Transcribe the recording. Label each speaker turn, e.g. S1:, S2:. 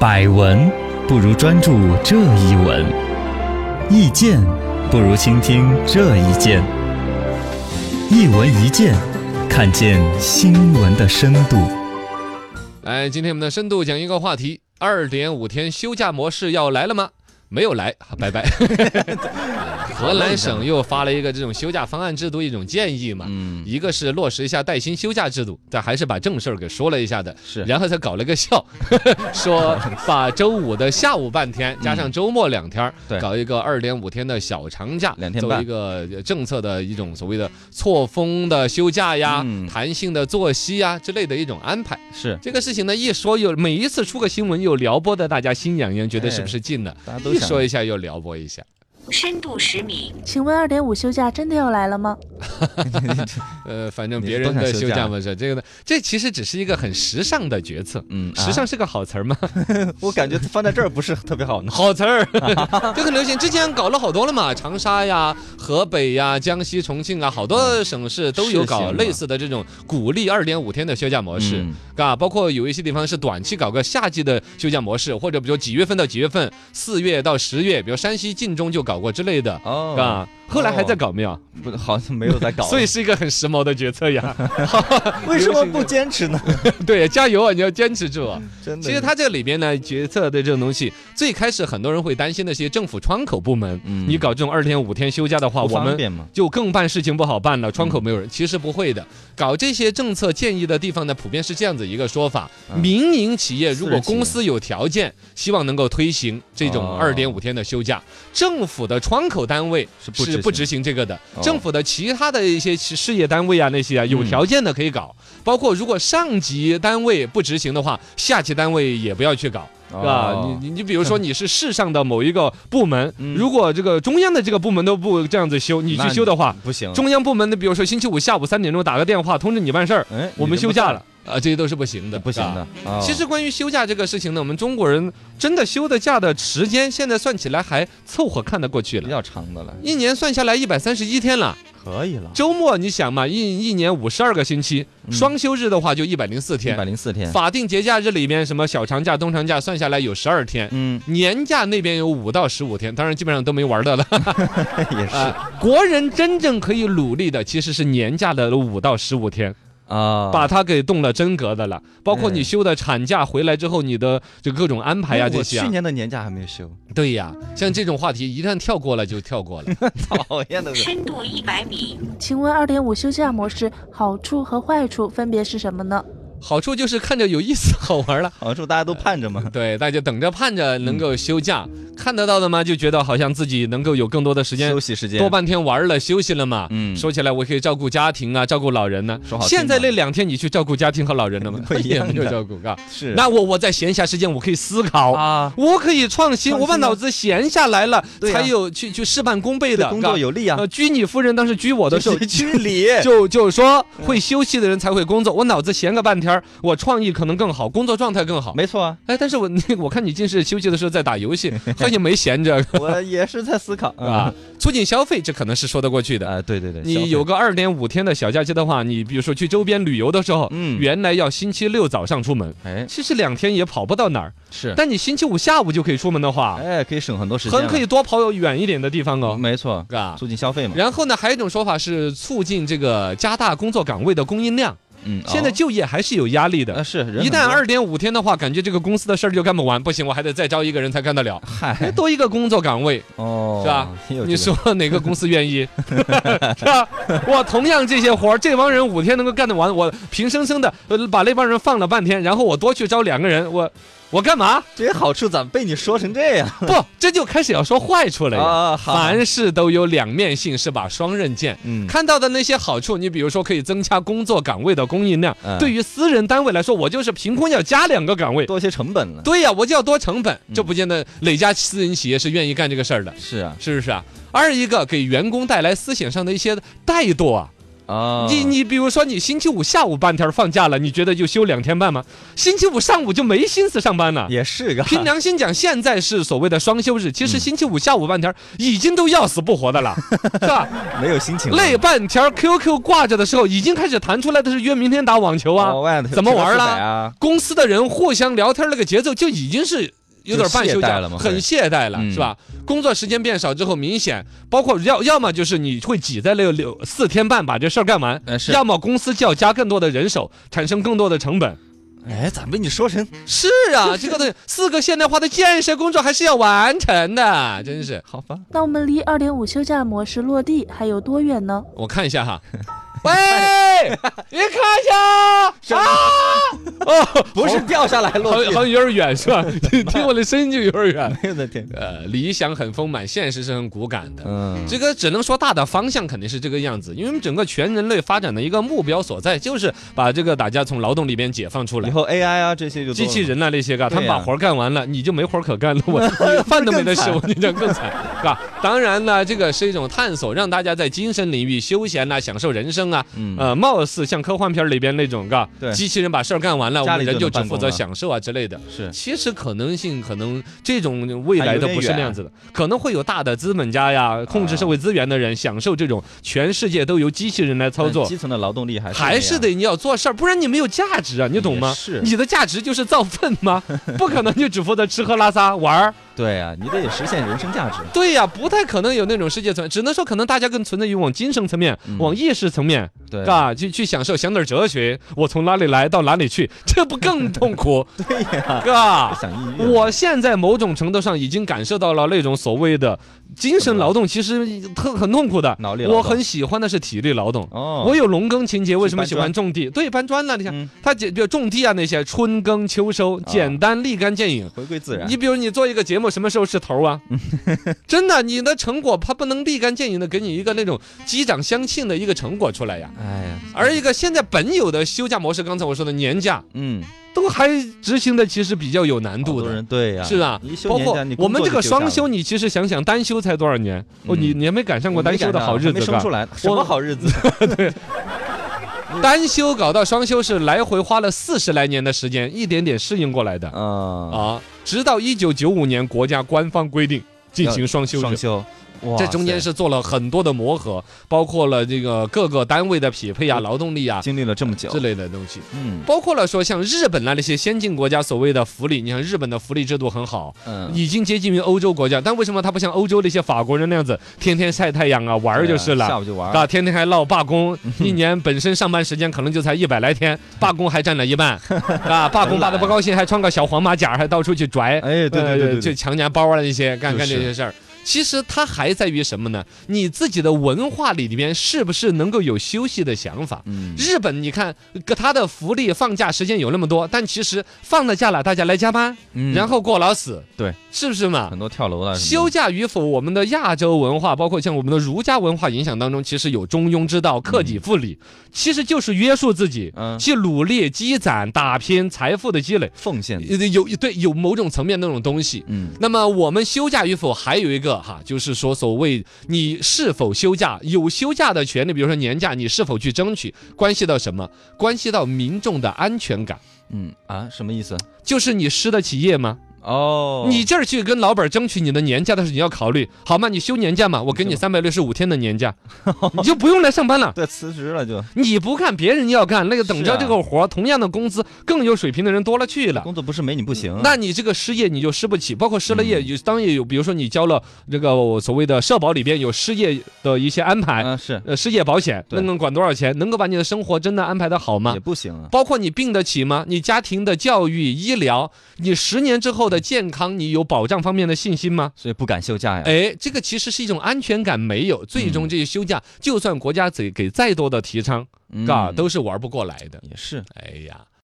S1: 百闻不如专注这一闻，意见不如倾听这一见。一闻一见，看见新闻的深度。
S2: 来，今天我们的深度讲一个话题：二点五天休假模式要来了吗？没有来， 好拜拜。河南省又发了一个这种休假方案制度一种建议嘛，
S1: 嗯，
S2: 一个是落实一下带薪休假制度，但还是把正事儿给说了一下的，
S1: 是
S2: 然后他搞了个笑， 说把周五的下午半天加上周末两天儿，
S1: 嗯对
S2: 搞一个二点五天的小长假，
S1: 两天
S2: 作为
S1: 半
S2: 一个政策的一种所谓的错峰的休假呀、
S1: 嗯
S2: 弹性的作息呀之类的一种安排。
S1: 是，
S2: 这个事情呢，一说又每一次出个新闻又撩拨的大家心痒痒，觉得是不是近了？
S1: 大家
S2: 一说一下又撩拨一下，
S3: 深度十米，
S4: 请问二点五休假真的要来了吗？
S2: 呃，反正
S1: 你
S2: 别
S1: 是
S2: 人
S1: 多
S2: 的
S1: 想休
S2: 休
S1: 假
S2: 假嘛是这个呢，这其实只是一个很时尚的决策。
S1: 嗯
S2: 时尚是个好词 儿吗？
S1: 我感觉放在这儿不是特别 好呢。
S2: 好词儿， 就很流行。之前搞了好多了嘛，长沙呀、河北呀、江西、重庆啊，好多省市都有
S1: 是嗯
S2: 搞
S1: 行
S2: 类似的这种鼓励二点五天的休假模式，啊，包括有一些地方是短期搞个夏季的休假模式，或者比如几月份到几月份，四月到十月，比如山西晋中就搞过之类的。
S1: 哦，
S2: 啊，后来还在搞没有？
S1: 不，好像没有在搞了。
S2: 所 以是一个很时髦的决策呀。
S1: 为什么不坚持呢？
S2: 对，加油啊！你要坚持住啊。
S1: 真的，
S2: 其实它这里边呢，决策的这种东西，最开始很多人会担心那些政府窗口部门，
S1: 嗯
S2: 你搞这种二天五天休假的话，
S1: 不
S2: 我
S1: 方
S2: 们
S1: 便嘛。
S2: 就更办事情不好
S1: 嗯
S2: 办了，窗口没有人。其实不会的，搞这些政策建议的地方呢，普遍是这样子一个说法：
S1: 嗯
S2: 民营企业
S1: 私
S2: 如
S1: 人
S2: 果
S1: 企业
S2: 公司有条件，希望能够推行这种
S1: 哦
S2: 二点五天的休假；政府的窗口单位
S1: 是不
S2: 是
S1: 执
S2: 不
S1: 行
S2: 执行这个的
S1: 哦。
S2: 政府的其他的一些事事业单位啊，那些啊，有
S1: 嗯
S2: 条件的可以搞。包括如果上级单位不执行的话，下级单位也不要去搞。是吧？
S1: 哦
S2: 你你你比如说你是市上的某一个部门
S1: 嗯，
S2: 如果这个中央的这个部门都不这样子休，你
S1: 那嗯
S2: 去休的话，
S1: 不行。
S2: 中央部门的比如说星期五下午三点钟打个电话通知你办事儿，
S1: 哎，
S2: 我们休假了，啊，这些都是不行
S1: 你
S2: 的，
S1: 这不行
S2: 是吧。
S1: 的。哦
S2: 其实关于休假这个事情呢，我们中国人真的休的假的时间，现在算起来还凑合看得过去
S1: 比
S2: 了。
S1: 较长的了，
S2: 一年算下来一百三十一天了，
S1: 可以了。
S2: 周末你想嘛，一一年五十二个星期，
S1: 嗯
S2: 双休日的话就一百零四
S1: 一
S2: 天
S1: 百，零四天。
S2: 法定节假日里面什么小长假、冬长假算下来有十二天，
S1: 嗯，
S2: 年假那边有五到十五天，当然基本上都没玩 的了。
S1: 也是
S2: 啊，国人真正可以努力的其实是年假的五到十五天，
S1: 啊，
S2: 把它给动了真格的了。包括
S1: 嗯
S2: 你休的产假回来之后，你的这各种安排呀、
S1: 哎
S2: 这
S1: 我
S2: 些、
S1: 去
S2: 啊。
S1: 年的年假还没有休，
S2: 对呀，像这种话题一旦跳过了就跳 过了。
S1: 讨厌的人。
S3: 深度一百米，
S4: 请问二点五休假模式好处和坏处分别是什么呢？
S2: 好处就是看着有意思好玩了。
S1: 好处大家都盼着嘛。
S2: 对，大家等着盼着能够休假，看得到的嘛，就觉得好像自己能够有更多的时间
S1: 休息时间
S2: 多半天玩了休息了嘛。
S1: 嗯
S2: 说起来我可以照顾家庭啊，照顾老人呢、
S1: 说好听
S2: 现在
S1: 嘛？
S2: 那两天你去照顾家庭和老人了吗
S1: 不一样的
S2: 也没有照顾啊。
S1: 是
S2: 那我我在闲暇时间我可以思考。
S1: 啊，
S2: 我可以创新，
S1: 创新啊
S2: 我把脑子闲下来了，
S1: 对啊
S2: 才有去去事半功倍
S1: 对
S2: 的
S1: 工作
S2: 是吧
S1: 有利啊。
S2: 呃，拘你夫人当时拘我的时候，
S1: 居里
S2: 就就说会休息的人才会工
S1: 嗯
S2: 作。我脑子闲个半天儿，我创意可能更好，工作状态更好。
S1: 没错啊，
S2: 哎，但是我 我看你尽是休息的时候在 打游戏，好像没闲着，是
S1: 我也是在 思考
S2: 吧？促进消费，这可能是说得过去的。
S1: 啊，对对对，消
S2: 啊你
S1: 费
S2: 有个二点五天的小假期的话，你比如说去周边旅游的时候，
S1: 嗯
S2: 原来要星期六早上出门，
S1: 哎
S2: 其实两天也跑不到哪儿，
S1: 是
S2: 但你星期五下午就可以出门的话，
S1: 哎可以省很多时间了，
S2: 很可以多跑远一点的地方哦，
S1: 没错，
S2: 啊。
S1: 促进消费嘛。
S2: 然后呢，还有一种说法是促进这个加大工作岗位的供应量。
S1: 嗯，哦
S2: 现在就业还是有压力
S1: 啊
S2: 的，
S1: 是人
S2: 一
S1: 很
S2: 旦
S1: 多
S2: 二点五天的话，感觉这个公司的事儿就干不完，不行，我还得再招一个人才干得了。哎
S1: 嗨
S2: 多一个工作岗位，
S1: 哦
S2: 是吧？
S1: 也有
S2: 你
S1: 这个
S2: 说哪个公司愿意？ 是吧？我同样这些活儿，这帮人五天能够干得完，我平生生的呃把那帮人放了半天，然后我多去招两个人，我我干嘛？
S1: 这些好处咋被你说成这样
S2: 不，这就开始要说坏处了 呀。
S1: 啊？好，
S2: 凡事都有两面性，是把双刃剑。
S1: 嗯，
S2: 看到的那些好处，你比如说可以增加工作岗位的供应量
S1: 嗯，
S2: 对于私人单位来说，我就是凭空要加两个岗位。
S1: 多些嗯成本了。
S2: 对呀、我就要多成本，这不见得哪家私人企业是愿意干这个事儿的，
S1: 是啊，
S2: 是不是啊？二一个给员工带来思想上的一些怠惰啊，
S1: 哦
S5: 啊，
S2: 你你比如说，你星期五下午半天儿放假了，你觉得就休两天半吗？星期五上午就没心思上班了。
S5: 也 是个
S2: 凭良心讲，现在是所谓的双休日，
S5: 嗯
S2: 其实星期五下午半天儿已经都要死不活的 了，是吧？
S5: 没有心情了
S2: 累半天儿，QQ 挂着的时候，已经开始弹出来的是约明天打网球啊，
S5: 哦外头
S2: 怎么玩儿
S5: 这个
S2: 啦
S5: 四百啊？
S2: 公司的人互相聊天那个节奏就已经是有点半休
S5: 就懈
S2: 假
S5: 怠了嘛
S2: 很懈怠了，
S5: 嗯
S2: 是吧？工作时间变少之后，明显包括要要么就是你会挤在那六四天半把这事儿干完
S5: 呃，是
S2: 要么公司就要加更多的人手，产生更多的成本。
S5: 哎，咋被你说成
S2: 是 啊，这个东西四个现代化的建设工作还是要完成的，真是。
S5: 好吧？
S4: 那我们离二点五休假模式落地还有多远呢？
S2: 我看一下 哈，喂，你看一下 啊
S5: 什么
S2: 哦，
S5: 不是掉下来
S2: 好
S5: 落
S2: 好
S5: 地
S2: 像有点远是吧？ 你听我的声音就有点远。
S5: 哎呦我的天，
S2: 呃，理想很丰满，现实是很骨感的。
S5: 嗯，
S2: 这个只能说大的方向肯定是这个样子，因为我们整个全人类发展的一个目标所在，就是把这个大家从劳动里边解放出
S5: 以
S2: 来。
S5: 后 AI 啊这些就多
S2: 机
S5: 了
S2: 器人呐、那些嘎，他们
S5: 对呀
S2: 把活儿干完了，你就没活儿可干了， 我你饭都没得吃，
S5: 更
S2: 我跟你讲更惨， 嘎。当然呢，这个是一种探索，让大家在精神领域休闲呐、享受人生啊。
S5: 嗯
S2: 呃，貌似像科幻片里边那种，嘎
S5: 对，
S2: 机器人把事儿干完了，我
S5: 家
S2: 们
S5: 里
S2: 人
S5: 就
S2: 就
S5: 能
S2: 只
S5: 办
S2: 负
S5: 公
S2: 责
S5: 了
S2: 享受啊之类的。
S5: 是
S2: 其实可能性，可能这种未
S5: 还
S2: 来
S5: 有
S2: 的
S5: 点
S2: 不是那
S5: 远
S2: 样子的，可能会有大的资本家呀，控制社会资源的人，享受这种全世界都由机器人来操
S5: 但
S2: 作
S5: 基。层的劳动力还是
S2: 还是
S5: 那样
S2: 得你要做事儿，不然你没有价值啊，你懂吗
S5: 也？是
S2: 你的价值就是造粪 吗？不可能就只负责吃喝拉撒玩儿。
S5: 对啊，你得实现人生价值。
S2: 对呀、不太可能有那种世界存，只能说可能大家更存在于往精神层面、
S5: 嗯
S2: 往意识层面，
S5: 对，
S2: 啊，去去享受，想点哲学，我从哪里来到哪里去，这不更痛 苦？
S5: 对呀，
S2: 啊
S5: 不，想抑郁了。
S2: 我现在某种程度上已经感受到了那种所谓的精神劳动，其实特很痛苦的。
S5: 脑力劳动
S2: 我很喜欢的是体力劳动。
S5: 哦，
S2: 我有农耕情节，为什么
S5: 搬
S2: 喜欢
S5: 砖
S2: 种地？对，搬砖呐、你看
S5: 嗯
S2: 他解，比如种地啊那些，春耕秋收，简单立竿见影。
S5: 回归自然
S2: 你。比如你做一个节目，什么时候是头 啊？真的，你的成果它不能立竿见影的给你一个那种击掌相庆的一个成果出来呀。
S5: 哎呀，
S2: 而一个现在本有的休假模式，刚才我说的年假，
S5: 嗯，
S2: 都还执行的其实比较有难
S5: 好
S2: 度
S5: 多
S2: 的。
S5: 人对呀，
S2: 是啊
S5: 你一，休
S2: 包
S5: 年
S2: 括
S5: 假你
S2: 我
S5: 工
S2: 们
S5: 作
S2: 这
S5: 就
S2: 个
S5: 休假
S2: 双
S5: 了
S2: 休，你其实想想，单休才多少年？哦，你
S5: 嗯
S2: 你还没赶上
S5: 我
S2: 过单
S5: 没
S2: 休
S5: 赶
S2: 的
S5: 上
S2: 好日
S5: 还没
S2: 子，
S5: 生
S2: 嘎
S5: 出来什么好日 子？
S2: 单休搞到双休是来回花了四十来年的时间，一点点适应过来的
S5: 啊，
S2: 啊，直到一九九五年国家官方规定进行双休
S5: 双
S2: 日。
S5: 休，哇
S2: 这中间
S5: 塞
S2: 是做了很多的磨合，包括了这个各个单位的匹配
S5: 嗯
S2: 啊、劳动力啊
S5: 经历了这么久
S2: 之，类的东西，
S5: 嗯
S2: 包括了说像日本啊那些先进国家所谓的福利，你看日本的福利制度很好，
S5: 嗯，
S2: 已经接近于欧洲国家，但为什么他不像欧洲那些法国人那样子天天晒太阳啊玩儿
S5: 对
S2: 就
S5: 啊嗯
S2: 是了？
S5: 下午就玩儿，
S2: 啊，天天还闹罢工，一年本身上班时间可能就才一百来天，罢工还占了一 半，啊，罢工罢的不高兴，还穿个小黄马甲，还到处去拽，呃
S5: 哎，对对对对
S2: 去
S5: 对，
S2: 强夹包啊那些，干干
S5: 就
S2: 这
S5: 是
S2: 些事儿。其实它还在于什么呢？你自己的文化里里边是不是能够有休息的想法？
S5: 嗯，
S2: 日本，你看，个它的福利放假时间有那么多，但其实放了假了，大家来加班，
S5: 嗯
S2: 然后过劳死，
S5: 对，
S2: 是不是嘛？
S5: 很多跳楼啊的，
S2: 休假与否，我们的亚洲文化，包括像我们的儒家文化影响当中，其实有中庸之道、克己复礼，其实就是约束自己，
S5: 嗯
S2: 去努力积攒、打拼财富的积累，
S5: 奉献，
S2: 呃有对有某种层面那种东西。
S5: 嗯，
S2: 那么我们休假与否还有一个哈，就是说所谓你是否休假，有休假的权利，比如说年假，你是否去争取，关系到什么？关系到民众的安全感，
S5: 嗯啊，什么意思？
S2: 就是你失得起业吗？
S5: 哦，
S2: 你这儿去跟老板争取你的年假的时候，你要考虑，好嘛，你休年假嘛，我给你三百六十五天的年 假，你就不用来上班了。
S5: 对辞职了就
S2: 你不干，别人要干，那个等
S5: 是
S2: 着
S5: 啊
S2: 这个活儿，同样的工资，更有水平的人多了去了。
S5: 工作不是没你不行啊，
S2: 那你这个失业你就失不起，包括失了业，有
S5: 嗯
S2: 当然也有，比如说你交了这个所谓的社保里边有失业的一些安排，
S5: 啊是
S2: 呃，失业保险
S5: 对
S2: 那能管多少钱？能够把你的生活真的安排的好吗
S5: 也？不行啊，
S2: 包括你病得起吗？你家庭的教育、医疗，你十年之后的健康，你有保障方面的信心吗？
S5: 所以不敢休假呀，
S2: 哎，这个其实是一种安全感没有，最终这些休假，就算国家给给再多的提倡，
S5: 嗯
S2: 嘎、都是玩不过来的。
S5: 也是。
S2: 哎呀。